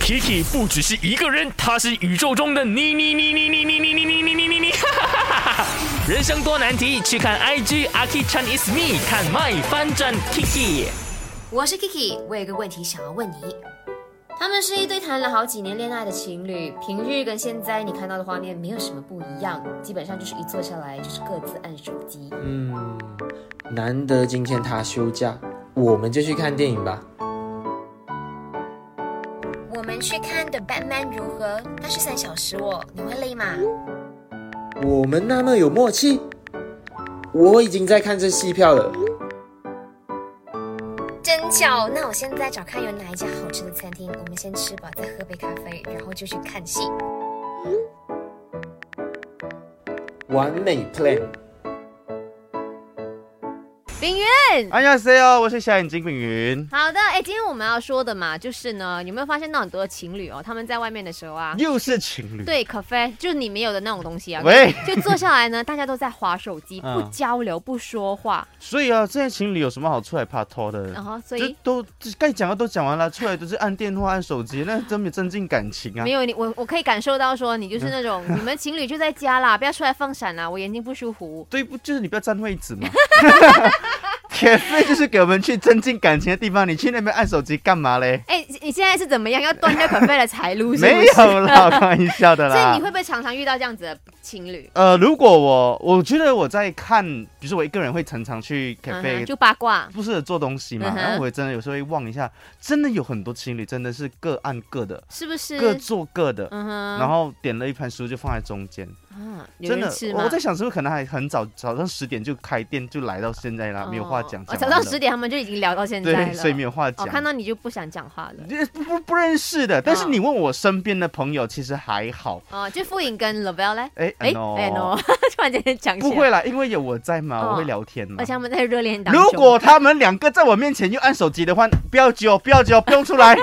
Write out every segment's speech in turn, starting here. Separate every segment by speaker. Speaker 1: Kiki 不只是一个人，她是宇宙中的你你你你你你你你你你你你你。人生多难题，去看 IG Aki Chan is me，看 my 翻转 Kiki。
Speaker 2: 我是 Kiki，我有个问题想要问你。他们是一对谈了好几年恋爱的情侣，平日跟现在你看到的画面没有什么不一样，基本上就是一坐下来就是各自按手机。
Speaker 3: 嗯，难得今天他休假，我们就去看电影吧。
Speaker 2: 我们去看《The Batman》如何？但是三小时哦，你会累吗？
Speaker 3: 我们那么有默契，我已经在看这戏票了。
Speaker 2: 真巧，那我现在找看有哪一家好吃的餐厅，我们先吃饱，再喝杯咖啡，然后就去看戏。
Speaker 3: 完美 plan。
Speaker 4: 冰云，
Speaker 5: 哎呀谁哦，我是小眼睛饼云。
Speaker 4: 好的，哎，今天我们要说的嘛，就是呢，有没有发现到很多情侣哦，他们在外面的时候啊，
Speaker 5: 又是情侣。
Speaker 4: 对咖啡就是你没有的那种东西啊，
Speaker 5: 喂，
Speaker 4: 就坐下来呢，大家都在划手机，
Speaker 5: 嗯
Speaker 4: 不交流，不说话，
Speaker 5: 所以啊，这些情侣有什么好出来拍拖的？
Speaker 4: 然后嗯所
Speaker 5: 这
Speaker 4: 以
Speaker 5: 都这该讲的都讲完了，出来都是按电话、按手机，那真没增进感情啊
Speaker 4: 没。有你，我我可以感受到说你
Speaker 5: 嗯
Speaker 4: 就是那种你们情侣就在家啦，不要出来放闪啊啦，我眼睛不舒服。
Speaker 5: 对不？就是你不要占 位置嘛。铁肺就是给我们去增进感情的地方，你去那边按手机干嘛嘞？
Speaker 4: 哎，你现在是怎么样？要断掉咖啡的财路是不是？
Speaker 5: 没有啦，开玩笑的啦。
Speaker 4: 所以你会不会常常遇到这样子的情侣？
Speaker 5: 呃，如果我我觉得我在看，比如说我一个人会常常去
Speaker 4: 嗯
Speaker 5: cafe
Speaker 4: 哼，就八卦。
Speaker 5: 不是做东西嘛
Speaker 4: 嗯，哼
Speaker 5: 然后我也真的有时候会望一下，真的有很多情侣真的是各按各的，
Speaker 4: 是不是？
Speaker 5: 各做各的，
Speaker 4: 嗯哼，
Speaker 5: 然后点了一盘食物就放在中间，
Speaker 4: 啊，有
Speaker 5: 真
Speaker 4: 人
Speaker 5: 的
Speaker 4: 吃，吗？
Speaker 5: 我在想是不是可能还很早，早上十点就开店就来到现在啦，啊没有话
Speaker 4: 哦
Speaker 5: 讲，讲
Speaker 4: 早
Speaker 5: 完
Speaker 4: 上
Speaker 5: 了
Speaker 4: 十点他们就已经聊到现在
Speaker 5: 对，
Speaker 4: 了，
Speaker 5: 所以没有话
Speaker 4: 哦，
Speaker 5: 讲。
Speaker 4: 看到你就不想讲话了。
Speaker 5: 这不不不认识的，但是
Speaker 4: 嗯
Speaker 5: 你问我身边的朋友，其实还好。
Speaker 4: 哦，就傅颖跟 Lavelle 嘞，
Speaker 5: 哎
Speaker 4: 哎
Speaker 5: no，
Speaker 4: 哎 no，突 然间讲起来
Speaker 5: 不，会啦，因为有我在嘛，
Speaker 4: 哦
Speaker 5: 我会聊天嘛
Speaker 4: 而。且他们在热恋当中。
Speaker 5: 如果他们两个在我面前又按手机的话，不要揪，不要揪，不用出 来。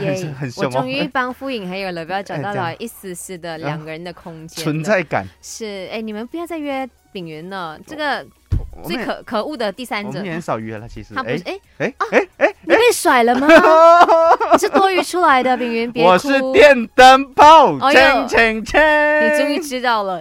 Speaker 4: 耶
Speaker 5: 很很凶
Speaker 4: 我
Speaker 5: 哦，
Speaker 4: 终于帮傅颖还有 Lavelle 找到
Speaker 5: 哎这
Speaker 4: 了
Speaker 5: 样
Speaker 4: 一丝丝的两个人的空间了，
Speaker 5: 存在感。
Speaker 4: 是哎，你们不要再约炳云了，这个
Speaker 5: 我
Speaker 4: 最
Speaker 5: 们也
Speaker 4: 可可恶的第三
Speaker 5: 我
Speaker 4: 者
Speaker 5: 们也，很少约了，其实。
Speaker 4: 他不是哎，
Speaker 5: 哎哎哎
Speaker 4: 你被甩了吗？你是多余出 来的，炳云，
Speaker 5: 哎，
Speaker 4: 哦别哭，
Speaker 5: 我是电灯泡，
Speaker 4: 哎呦
Speaker 5: 锵锵锵！
Speaker 4: 你终于知道了。